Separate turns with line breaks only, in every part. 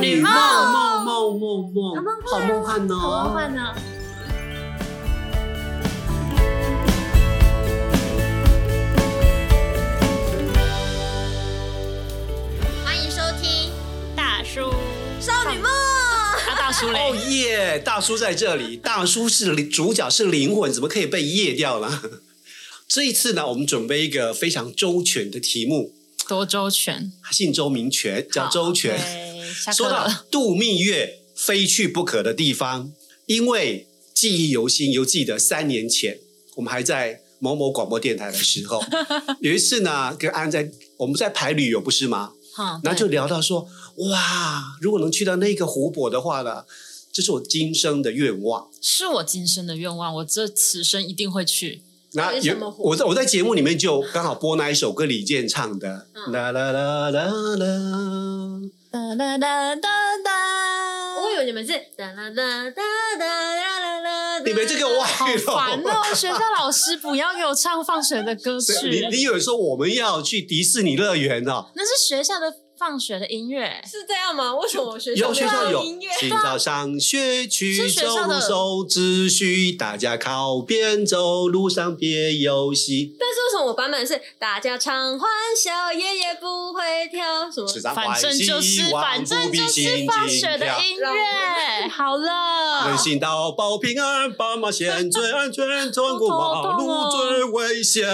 女梦
梦
梦梦梦梦，好梦幻哦！
好梦幻呢。欢迎收听大叔
少女梦，
啊，大叔
哦
嘞，
耶！大叔在这里，大叔是主角是灵魂，怎么可以被夜掉呢？ 这一次呢，我们准备一个非常周全的题目，
多周全，
信周明全，叫周全。
OK，下
说
课
到
了。
度蜜月非去不可的地方，因为记忆犹新，犹记得三年前我们还在某某广播电台的时 候，有一次呢，跟安在我们在排旅游不是吗？
好，
然后就
对
聊到说，哇，如果能去到那个湖泊的话呢，这是我今生的愿望。
是我今生的愿望，我这此生一定会去。
然后
是
有
什么湖
我在我在节目里面就刚好播那一首歌，李健唱的
嗯
啦啦啦啦啦。
哒哒哒哒哒
我以为你们是哒啦哒哒哒啦啦啦。
你们这个
好
外露，
烦哦！学校老师不要给我唱放学的歌
所以你
曲，
你有说我们要去迪士尼乐园哦？
那是学校的放学的音乐。
是这样吗？为什么我学校
有
没
学校有
音乐？，
今早上学去
是学校
走
的
手只需大家靠边走，路上别游戏。
但是为什么我版本是大家常欢笑，夜夜不会跳什么？
是啥
反正就是，反正就是放学的音乐。好了
人，行道，保平安，斑马线最安全，穿过马路最危险。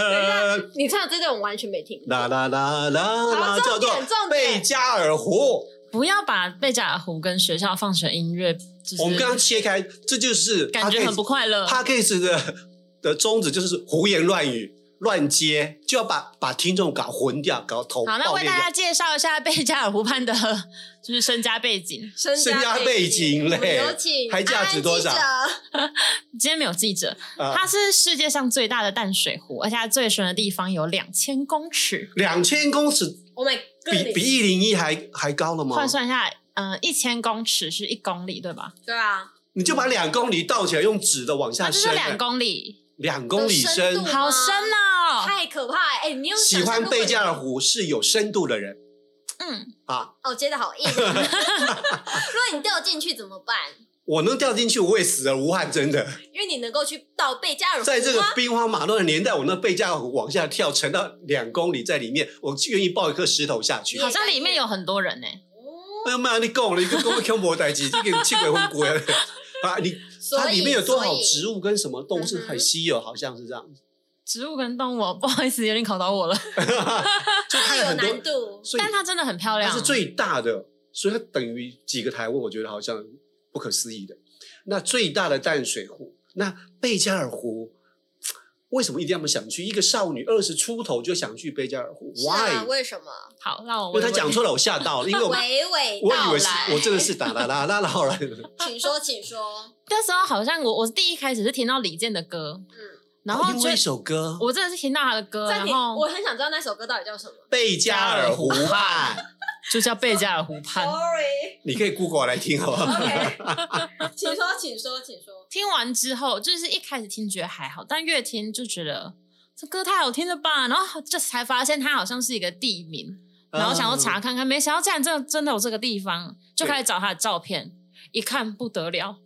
你唱这段我完全没听过。
啦啦啦啦啦，
好
叫
重
做
点重点
贝加尔湖。
不要把贝加尔湖跟学校放学音乐，就是
我们刚刚切开，这就是
感觉
podcast
很不快乐。
Podcast 的的宗旨就是胡言乱语、乱接，就要把把听众搞混掉、搞头
好，那
爆
为
裂
大家
掉。
介绍一下 贝加尔湖畔的，就是身家背景。
身
身家背景嘞
我们有请
还价值多少
安记者
今天没有记者，
啊
它是世界上最大的淡水湖，而且它最深的地方有两千公尺。
两千公尺
Oh my
比
god！
比一零一还还高了吗
换？算一下，嗯、呃，一千公尺是一公里，对吧？
对啊，
你就把两公里倒起来，用直的往
它
下
啊就是
伸，
两公里，
两公里
的深
深
度。
好深哦！
太可怕了！哎，你用
喜欢贝加尔湖是有深度的人
嗯，
啊！
哦，接的好 硬。如果你掉进去怎么办？
我能掉进去，我也死而无憾，真 的。
因为你能够去到贝加尔湖吗
在这个兵荒马乱的年代，我那贝加尔湖往下跳，沉到两公里在里面，我愿意抱一颗石头下去。
好像里面有很多人呢、
哦
哎呀妈，你讲了，你跟我讲无代志，你给七鬼混 鬼啊！你
所以
它里面有多少
所以
植物跟什么动物是
嗯哼
很稀有，好像是这样子。
植物跟动物，不 好意思，有点考倒我了。
就它
它
有
有
很
难
多，
度，
所以
但它真的很漂亮，
它是最大的，所以它等于几个台湾，我觉得好像不可思议的。那最大的淡水湖，那贝加尔湖。为什么一定要这么想去？一个少女二十出头就想去贝加尔湖
是啊，
，why？
为什么？
好，让我
因为他讲错了，我吓到了，因为我
娓娓
我以
道
为是
来，
我真的是打啦啦啦啦后来
请说，请 说。
那时候好像我我第一开始是听到李健的歌，
嗯，
然后
哦因
就
为一首歌，
我真的是听到他的歌，
暂
呃然
停，
后
我很想知道那首歌到底叫什么。
贝加尔湖畔，
就叫贝加尔湖畔。
Sorry，OK，、
你可以 Google 来听好不好？
请说，请说，请说。
听完之后，就是一开始听觉得还好，但越听就觉得这歌太好听了吧，然后这才发现它好像是一个地名，然
嗯
后想要查看看，没想到竟然真的真的有这个地方，就开始找它的照片，一看不得了，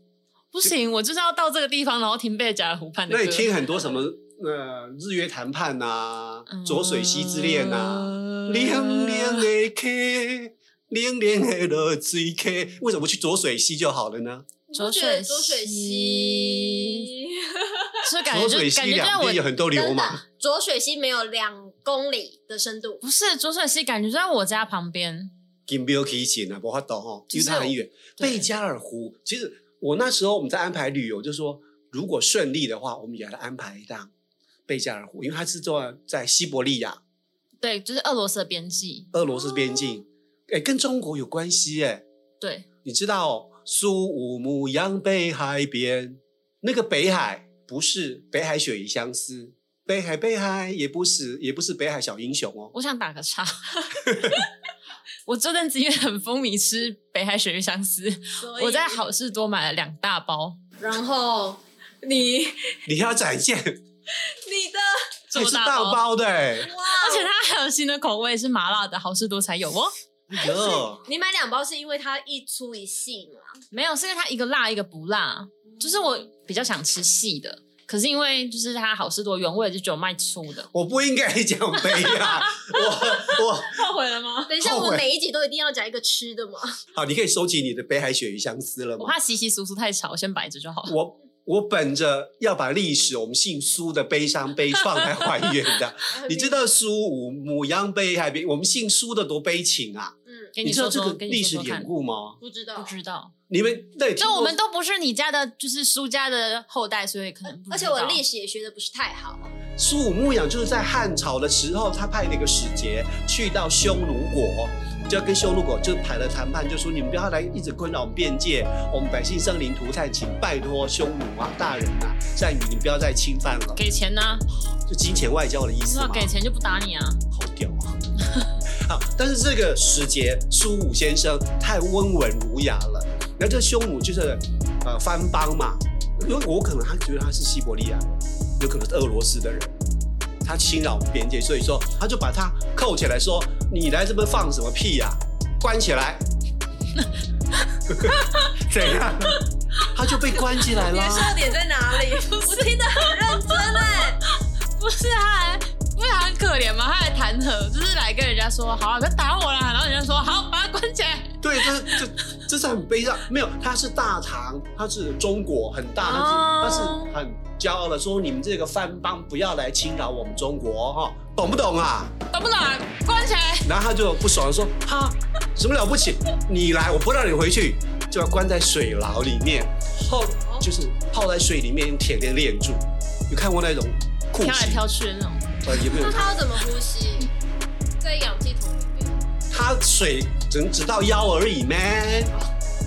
不行，我就是要到这个地方，然后听贝加尔湖畔
嗯。
的歌。
那你听很多什么呃日月谈判呐、
嗯
浊水溪之恋呐、凉凉的溪，凉凉的落水溪，为什么不去浊水溪就好了呢？
你
浊
不
水
觉得浊水溪，
是感觉
浊
就
水
感
溪
觉就
两
让我
边有很多流
真
氓
的，浊水溪没有两公里的深度，
不是浊水溪，感觉就在我家旁边。
金标提醒啊，不法懂哦，因为
就是
它很远。
对
贝加尔湖，其实我那时候我们在安排旅游，就说如果顺利的话，我们也来安排一趟贝加尔湖，因为它是坐在西伯利亚
对，就是俄罗斯的边际。
俄罗斯边境，哎、跟中国有关系哎、
对，
你知道、哦、苏武牧羊北海边那个北海不是北海雪遗相思，北海北海也不是也不是北海小英雄哦，
我想打个岔。 我这阵子因为很风靡吃北海雪域香丝，
所以
我在，好事多买了两大包。
然后你
你要展现
你的
这
还
么
是
大
大
包
包的哎、
哇，
而且它还有新的口味，是麻辣的，好事多才有哦。
哟，
你买两包是因为它一粗一细嘛？
没有，是因为它一个辣一个不辣，就是我比较想吃细的，可是因为就是它好事多原味就只有卖粗的，
我不应该讲杯 啊！我我
后悔了吗？
等一下，我们每一集都一定要讲一个吃的 嘛？
好，你可以收起你的北海鳕鱼相思了
我
吗？
怕稀稀疏疏太吵，先摆着就好了。
我我本着要把历史我们姓苏的悲伤悲怆来还原的，你知道苏武母羊悲还悲，我们姓苏的多悲情啊！
嗯，
给
知道
说
这
说，
个
跟
历
你
史
说说
典
看。
故吗？
不知道
不知道，
你们那也听
就我
过
们都不是你家的，就是苏家的后代，所以可能不
而
知
且
道
我历史也学的不是太好，
苏武牧羊就是在汉朝的时候，他派那个使节去到匈奴国，就跟匈奴国就排了谈判，就说你们不要来一直困扰我们边界，我们百姓生灵涂炭，请拜托匈奴啊大人啊，善于你们不要再侵犯了，
给钱呢、
就金钱外交的意
不知
思
道
嘛。
给钱就不打你啊。
好屌啊！ 好，但是这个使节苏武先生太温文儒雅了，那这匈奴就是呃番邦嘛，因为我可能他觉得他是西伯利亚人，有可能是俄罗斯的人，他侵扰我们边界，所以说他就把他扣起来说：“你来这边放什么屁呀、关起来！” 怎样？他就被关起来了。
点在哪里？我听得
啊
很认真哎、
欸 不是他还不是他很可怜吗？他还弹劾，就是来跟人家说，好、啊，不要打我啦，然后人家说，好，把他关起来。
对，这这这是很悲伤。没有，他是大唐，他是中国很大，他是、
哦
他是很骄傲的说，你们这个藩邦不要来侵扰我们中国哈、懂不懂啊？
懂不懂啊？关起来！
然后他就不爽地说，哈，什么了不起？你来，我不让你回去，就要关在水牢里面，泡
哦
就是泡在水里面，用铁链链住。有看过那种酷
挑来
刑？
挑去的那种。
呃，有没有
那？它要怎么呼吸？在氧气筒里面。
他水只能只到腰而已咩？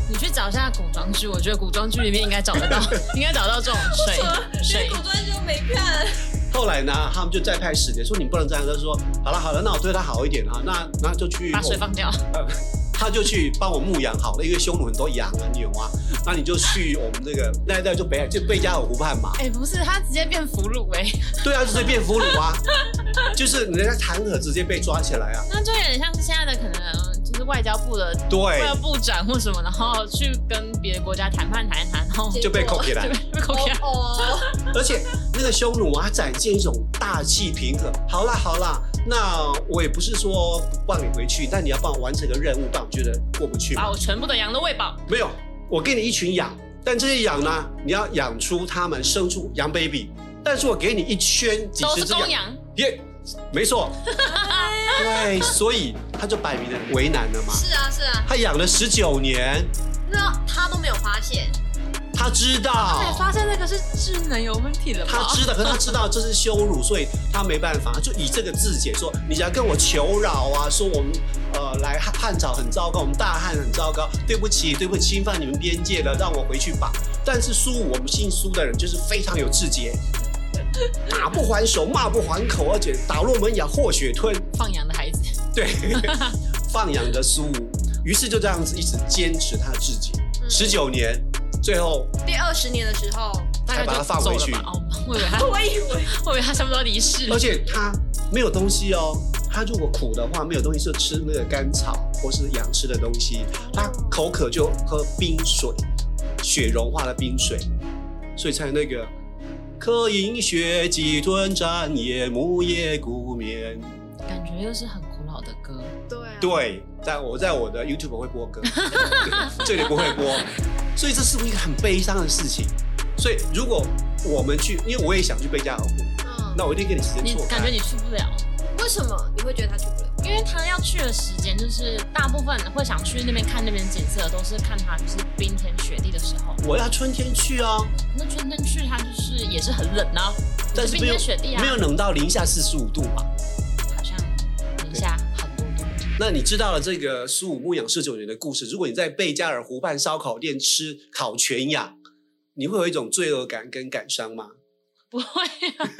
你去找一下古装剧，我觉得古装剧里面应该找得到， 应该找到这种水水。
装就没看。
后来呢，他们就再派使节说你不能这样，他说好了好了，那我对他好一点啊，那那就去
把水放掉，
他就去帮我牧羊好了，因为匈奴很多羊啊牛啊，那你就去我们这个那一带就北海就贝加尔湖畔嘛，
哎、不是，他直接变俘虏哎、
对啊，就是变俘虏啊，就是人家弹劾直接被抓起来啊，
那就有点像现在的可能就是外交部的外
对
交，部长或什么，然后去跟别的国家谈判谈一谈，然后
就被扣起来
就。被扣
哦
起来。
哦，
而且那个匈奴啊，展现一种大气平衡。好啦好啦，那我也不是说不让你回去，但你要帮我完成个任务，但我觉得过不去嘛
把我全部的羊都喂饱，
没有，我给你一群羊，但这些羊呢，你要养出它们，生出羊 baby。但是我给你一圈几
都
十
是
只
公
羊，
羊，
耶没错， 对，所以他就摆明了为难了嘛。
是啊是啊，
他养了十九年，
那他都没有发现，
他知道，
哎现那个是智能有问题了
他知道，可是他知道这是羞辱，所以他没办法，就以这个自解说，你要跟我求饶啊，说我们呃来汉汉朝很糟糕，我们大汉很糟糕，对不起，对不起，侵犯你们边界了，让我回去吧。但是苏武，我们姓苏的人就是非常有志节，打不还手，骂不还口，而且打落门牙，或血吞。
放羊的孩子，
对， 放养的苏武，于是就这样子一直坚持他自己
嗯
十九年，最后
第二十年的时候，
大概
哎才把它
就
放
走
回
了
去
吧。哦，我以为他，
我以为
我以为他差不多离世了
而。且他没有东西哦，他如果苦的话，没有东西就吃那个甘草或是羊吃的东西，他口渴就喝冰水，雪融化的冰水，所以才那个。客饮血几樽战夜木叶孤眠。
感觉又是很古老的歌，
对啊，
对，在我在我的 YouTube 会播歌，这里不会播，所以这是一个很悲伤的事情。所以如果我们去，因为我也想去贝加尔湖，
嗯，
那我一定跟你时间
你
错开。
感觉你去不了，
为什么你会觉得他去不了？
因为他要去的时间就是大部分会想去那边看那边景色，都是看他就是冰天雪地的时候。
我要春天去啊，
那春天去他就是也是很冷啊，
但是
冰
没有
天雪地啊，
没有冷到零下四十五度嘛。
好像零下很多度。
那你知道了这个苏武牧羊十九年的故事，如果你在贝加尔湖畔烧烤店吃烤全羊，你会有一种罪恶感跟感伤吗？
不会啊，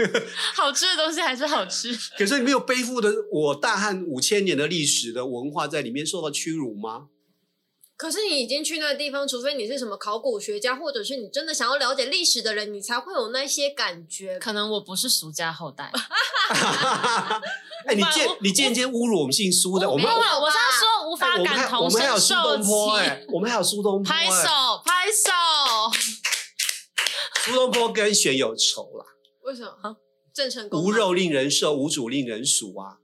好吃的东西还是好吃。
可是你没有背负的我大汉五千年的历史的文化在里面受到屈辱吗？
可是你已经去那个地方，除非你是什么考古学家，或者是你真的想要了解历史的人，你才会有那些感觉。
可能我不是俗家后代，
哎，你
我
间
我
你间接侮辱我们姓苏的，
我
我
没
们
有，
哎
我是要说无法
我们还
感同
我们还有
身
苏
受
东
其
坡哎，我们还有苏东坡哎，
拍手拍手，
苏东坡跟选有仇啦，
为什
啊
么？郑成功吗
无肉令人瘦，无主令人俗啊。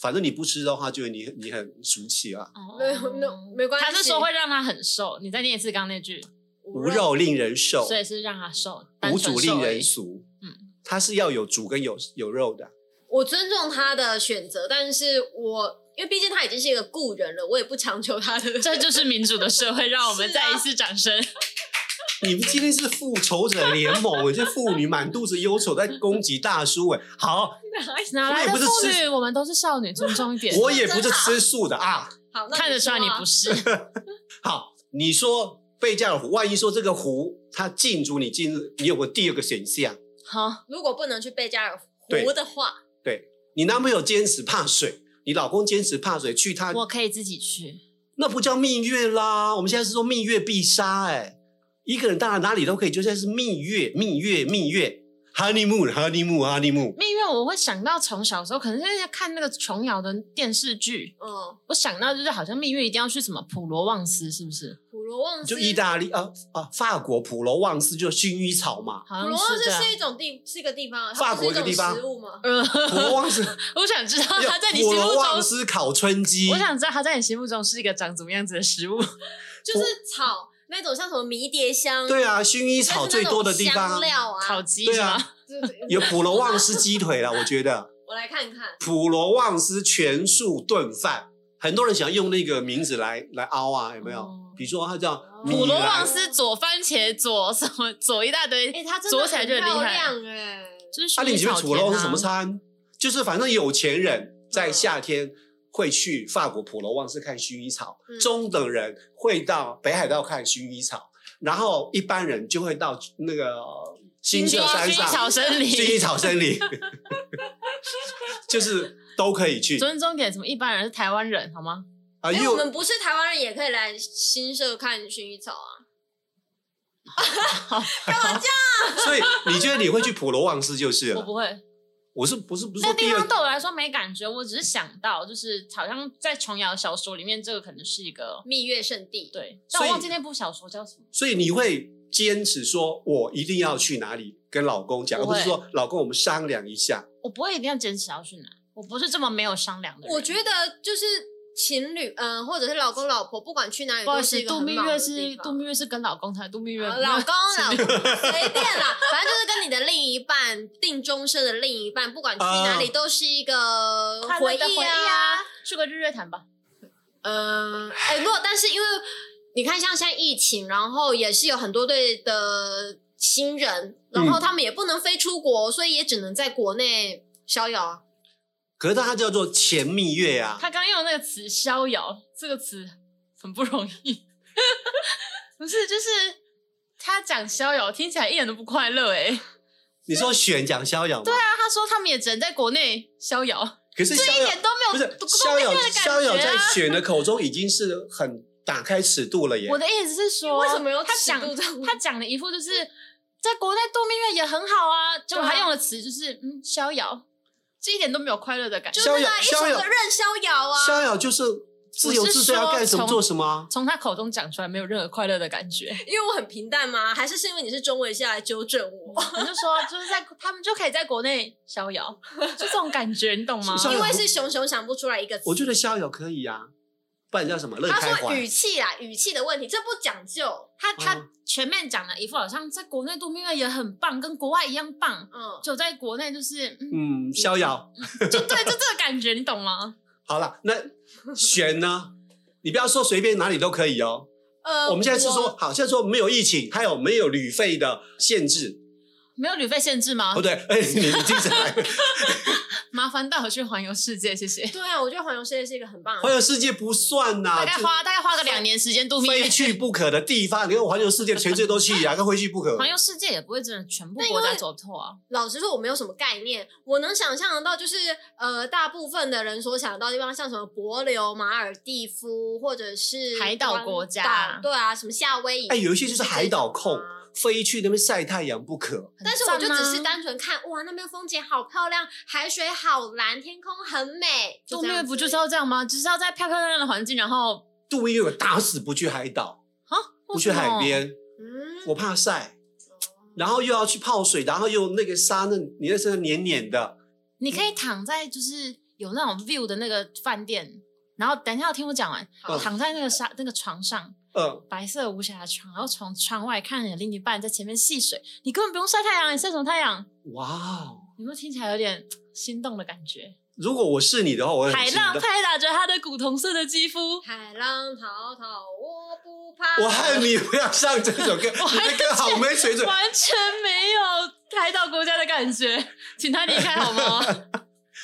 反正你不吃肉的话，就你你很俗气啊。
没有，那没关系。
哦他是说会让他很瘦，你再念一次刚刚那句，
无肉令人瘦，
所以是让他瘦，单
无
纯
主
瘦
令
而
人
已
俗。
嗯，
它是要有主跟有有肉的。
我尊重他的选择，但是我因为毕竟他已经是一个故人了，我也不强求他的。
这就是民主的社会，让我 们再一次掌声。
你们今天是复仇者联 盟，这妇女满肚子忧愁在攻击大叔哎。好，
哪来的
我也不是
妇
吃
女？我们都是少女，尊重一点。
我也不是吃素的啊。
好，那
看得出来你不
是。
是。
好，你说贝加尔湖，万一说这个湖它禁足你进入，你有个第二个选项，
好，
啊如果不能去贝加尔
对
湖的话，
对你男朋友坚持怕水，你老公坚持怕水，去他
我可以自己去。
那不叫蜜月啦，我们现在是说蜜月必杀哎、一个人当然哪里都可以，就像是蜜月、蜜月、蜜月，honeymoon、honeymoon、honeymoon。
因为我会想到从小时候，可能是看那个琼瑶的电视剧，
嗯，
我想到就是好像蜜月一定要去什么普罗旺斯，是不是？
普罗旺斯
就意大利啊啊，法国普罗旺斯就是薰衣草 嘛，
好
普
像
罗旺斯
这样
是。一种地，是一个地方啊，
法
它
国
不是
一个
一
地
种
方
食物吗？
呃，
普罗旺斯，
我想知道他在你心
哎普
目
罗旺
中，
斯烤春鸡
我，想知道他在你心目中是一个长什么样子的食物。
就是草那种像什么迷迭香，
对啊，薰衣草最多的地
香
方啊，
料啊，
烤鸡
对
是
啊
吗？
对对对
有普罗旺斯鸡腿啦，我觉得
我来看 看，
普罗旺斯全素炖饭，很多人想用那个名字来来凹啊，有没有？
哦
比如说它叫米
普罗
兰
旺斯左番茄左什么左一大堆，
哎，它真
左
的
起来
很
就很
漂
厉害。
亮哎，
就是
啊，
薰
你
衣
觉得
草
普
田
罗是
啊嗯
什么餐？就是反正有钱人在夏天会去法国普罗旺斯看薰衣草，
嗯
中等人会到北海道看薰衣草，然后一般人就会到那个新
啊薰
社山
衣草
上
森林，
薰衣草森林， 就是都可以去
尊重点什么一般人是台湾人好吗？
啊，
因为
因
哎我
为
们不是台湾人，也可以来新社看薰衣草啊。
所以你觉得你会去普罗旺斯就是
我
了。
不会，
我是不是不是
那
说啊
地
第
方
二
对我来说没感觉，我只是想到就是好像在琼瑶小说里面，这个可能是一个
蜜月圣地，
对，
所以
但我忘记那部小说叫什么。
所以你会坚持说，我一定要去哪里跟老公讲，而
不
不
会
是说老公我们商量一下。
我不会一定要坚持要去哪，我不是这么没有商量的人。
我觉得就是情侣，嗯、或者是老公老婆，不管去哪里
不好
都
意
是
思
一，个
度
很
蜜
忙
月
的
是
地
度
方。
蜜月是跟老公才度蜜月，
呃
没有
老 公老
情侣
婆随便啦，反正就是跟你的另一半定终身的另一半，不管去哪里
啊
都是一个
快
回
乐
忆
的
啊。
回忆啊，去个日月潭吧。
嗯，哎、如果但是因为你看，像现在疫情，然后也是有很多对的新人，然
嗯
后他们也不能飞出国，所以也只能在国内逍遥啊。
可是它叫做前蜜月啊，
他刚用那个词“逍遥”这个词很不容易， 不是？就是他讲逍遥，听起来一点都不快乐哎、
你说选讲逍遥吗？对
那
啊，
他说他们也只能在国内逍遥，
可是逍
一点
遥
都没有
不是
度过
逍
蜜
遥
月的，
逍遥
感觉
在
啊！
选的口中已经是很打开尺度了耶
我。的意思是说，
为什么有
他
尺
讲
度这种
他讲的一副就是在国内度蜜月也很好啊，结果他用的词就是嗯逍遥，这一点都没有快乐的感
就
觉。
是
逍遥
啊，一首
逍遥
歌任逍遥啊。
逍遥就是自由自在，要干什么
我是说
做什么啊。
从他口中讲出来，没有任何快乐的感 觉。
因为我很平淡吗？还是是因为你是中文下来纠正
哦
我？
我就说，就是在他们就可以在国内逍遥， 就这种感觉，你懂 吗？
逍遥
因为是熊熊想不出来一个词。
我觉得逍遥可以啊，不然叫什么乐
他
开
说语
怀？
气啦，语气的问题，这不讲究。
他他
哦
前面讲的一副好像在国内度蜜月也很棒，跟国外一样棒，
嗯，
就在国内就是， 嗯，
嗯，逍遥。
就对，就这个感觉，你懂吗？
好了，那选呢？ 你不要说随便哪里都可以哦。
呃
我们现在是说，，好，现在说没有疫情，还有没有旅费的限制，
没有旅费限制吗
不？对，哎，你你听起来
麻烦带我去环游世界，谢谢。
对啊，我觉得环游世界是一个很棒的。
环游世界不算呐、
大概花大概花个两年时 间度
就
蜜
非
月，
去不可的地方。你看我环游世界，全世界都去呀、跟非去不可。
环游世界也不会真的全部
那因
国家
为
走透啊。
老实说，我没有什么概念。我能想象得到，就是呃，大部分的人所想到的地方，像什么帛琉、马尔蒂夫，或者是
海岛
关
国家
岛对啊，什么夏威夷。
哎，有一些就是海岛控
这种啊，
非去那边晒太阳不可。
但是我就只是
当
单纯看，哇，那边风景好漂亮，海水好蓝，天空很美。就
度
这
蜜
样
月
子
不就是要这样吗？就是要在漂漂亮亮的环境，然后
杜威我打死不去海岛，
啊，
不去海
为什么，
边，
嗯，
我怕晒。然后又要去泡水，然后又那个沙那你那身上黏黏的，
你
嗯
可以躺在就是有那种 view 的那个饭店，然后等一下听我讲完，
好
躺在那个沙那个床上，
呃，
白色无瑕的床，然后从窗外看你的另一半在前面戏水，你根本不用晒太阳，欸你晒什么太阳？
哇哦！
有没有听起来有点心动的感觉？
如果我是你的话，我会很
海
心
浪
动。
拍打着他的古铜色的肌肤，
海浪滔滔，我不怕。
我恨你不要唱这首歌， 你的歌好没水准。
完全没有海岛国家的感觉，请他离开好 吗？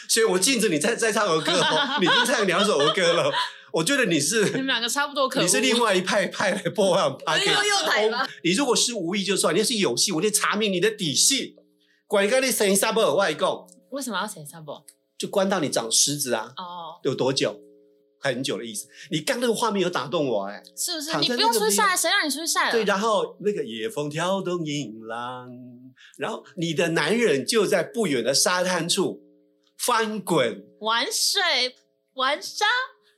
所以我禁止你再再唱儿歌哦，你已经唱两首儿歌了。我觉得你
你们
是
两个差不多可恶。
你是另外一派派来破案派
又
的。哦
又台吧，
你如果是无意就算，你要是有戏，我就查明你的底细。管个你生沙尔外公，
为什么要写 s a
就关到你长虱子啊，
哦，
有多久？很久的意思。你刚那个画面有打动我哎、
是不是？
躺
你
在
不用
那个
出去
view
晒，谁让你出去晒了？
对，然后那个野风挑动银浪，然后你的男人就在不远的沙滩处翻滚，
玩水玩沙，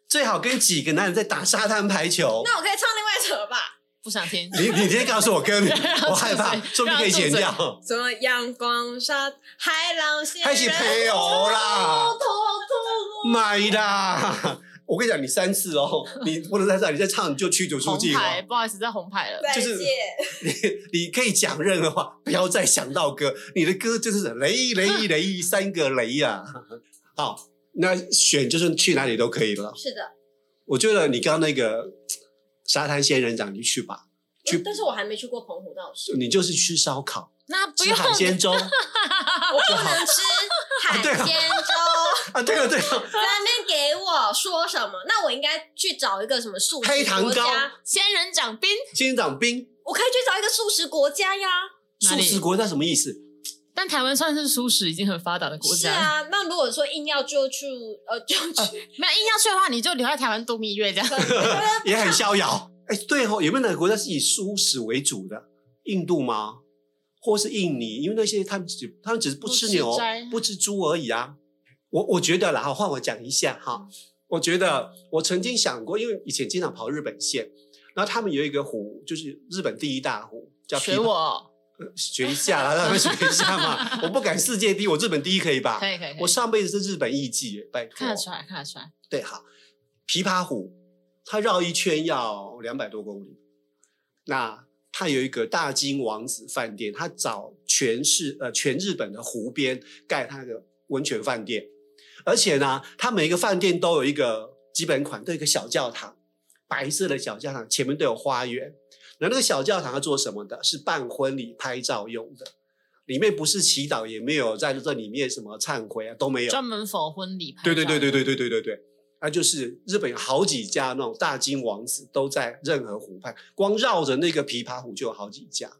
最好跟几个男人在打沙滩 排球。
那我可以唱另外一首吧？
不想听。
你你先告诉我歌名，我害怕，说不定可以剪
让
掉。
什么阳光沙，海浪掀
开始陪
人
友啦
头，头头
买啦！ 我跟你讲，你三次 哦，你不能再唱，你再唱你就驱逐出
红
境
牌，
哦。
不好意思，在红牌了。
再
就是
见。
你 你可以讲任何话，不要再想到歌，你的歌就是雷雷雷三个雷呀、啊。 好，那选就是去哪里都可以了。
是的，
我觉得你刚刚那个沙滩仙人掌，你去吧，去
但是我还没去过澎湖倒 是，
你就是吃烧烤，
那不
吃
用
海鲜 粥啊。
我不能吃海
对啊
鲜粥，
啊对了对了，
在那边给我说什么？那我应该去找一个什么素食
黑糖
国
糕
家？
仙人掌冰，
仙人掌冰，
我可以去找一个素食国家呀。
哪
素
里
食国家什么意思？
但台湾算是素食已经很发达的国
是
家。
啊，那如果说硬要就去，呃，就
啊
去，啊
没有硬要去的话，你就留在台湾度蜜月这样。
也很逍遥。哎，对哦，有没有哪个国家是以素食为主的？印度吗？或是印尼？因为那些他们只他们只是不吃牛
不吃斋、
不吃猪而已啊。我我觉得啦，好换我讲一下
嗯
哈。我觉得我曾经想过，因为以前经常跑日本线，然后他们有一个湖，就是日本第一大湖，叫琵琶
学我哦，
学一下啦，让 他们学一下嘛。我不敢世界第一，我日本第一可以吧？
可以可以可以
我上辈子是日本艺妓耶，拜托。
看得出来，看得出来。
对，好，琵琶湖，它绕一圈要两百多公里。那它有一个大金王子饭店，它找全市呃全日本的湖边盖它的温泉饭店，而且呢，它每一个饭店都有一个基本款，都有一个小教堂，白色的小教堂，前面都有花园。然后那个小教堂要做什么的？是办婚礼拍照用的，里面不是祈祷，也没有在这里面什么忏悔啊，都没有，
专门否婚礼拍
对对对对
对，
对对对对对，啊，就是日本有好几家那种大金王子都在任何湖畔，光绕着那个琵琶湖就有好几家。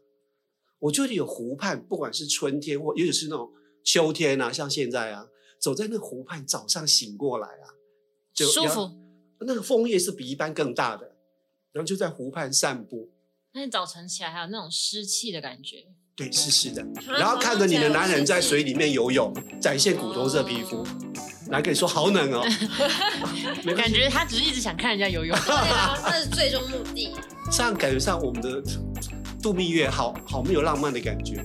我觉得有湖畔，不管是春天或尤其是那种秋天啊，像现在啊，走在那湖畔，早上醒过来啊，就
舒
要
服。
那个枫叶是比一般更大的，然后就在湖畔散步。
那你早晨起来还有那种湿气的感觉，
对，是是的。
嗯
啊
然后看着你的男人在水里面游泳，展现
古
古铜色皮肤，
哦
哦
然后跟你说好 冷哦，没关
感
系
觉他只是一直想看人家游泳。
对啊，那是最终目的。
这样感觉上我们的度蜜月好好没有浪漫的感觉。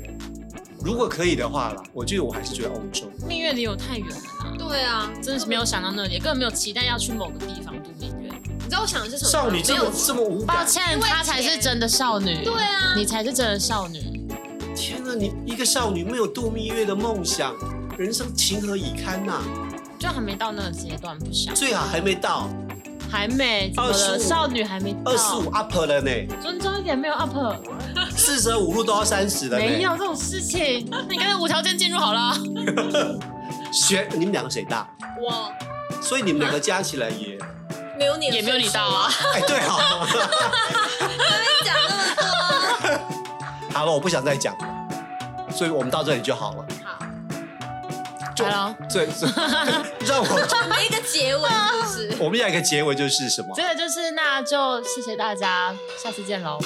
如果可以的话啦，我觉得我还是觉得欧洲。
蜜月离我太远了啦，
对啊，
真的是没有想到那里，根本没有期待要去某个地方度蜜月。
你知道我想的是什么吗？
少女这
没有
么这么无
抱
感，
歉，
因为
她才是真的少女，
对啊，
你才是真的少女。
天哪！你一个少女没有度蜜月的梦想，人生情何以堪呐、
就还没到那个阶段，不想，
最好还没到
哦
还没怎么
25
了？少女还没到，
二十五 up 了呢，
尊重一点，没有 up，
四舍五入都要三十了呢。
没有这种事情，那你干脆无条件进入好了。
学你们两个谁大？
我
所以你们两个加起来 也，
没有你的
也没有你
分数，
大 啊，
哎，对哦，
讲那么多。
好了，我不想再讲了，所以我们到这里就好了。
好，
就
好了
最最 让我，
没一个结尾是不是？
我们要一个结尾就是什么？
真的就是那就谢谢大家，下次见喽，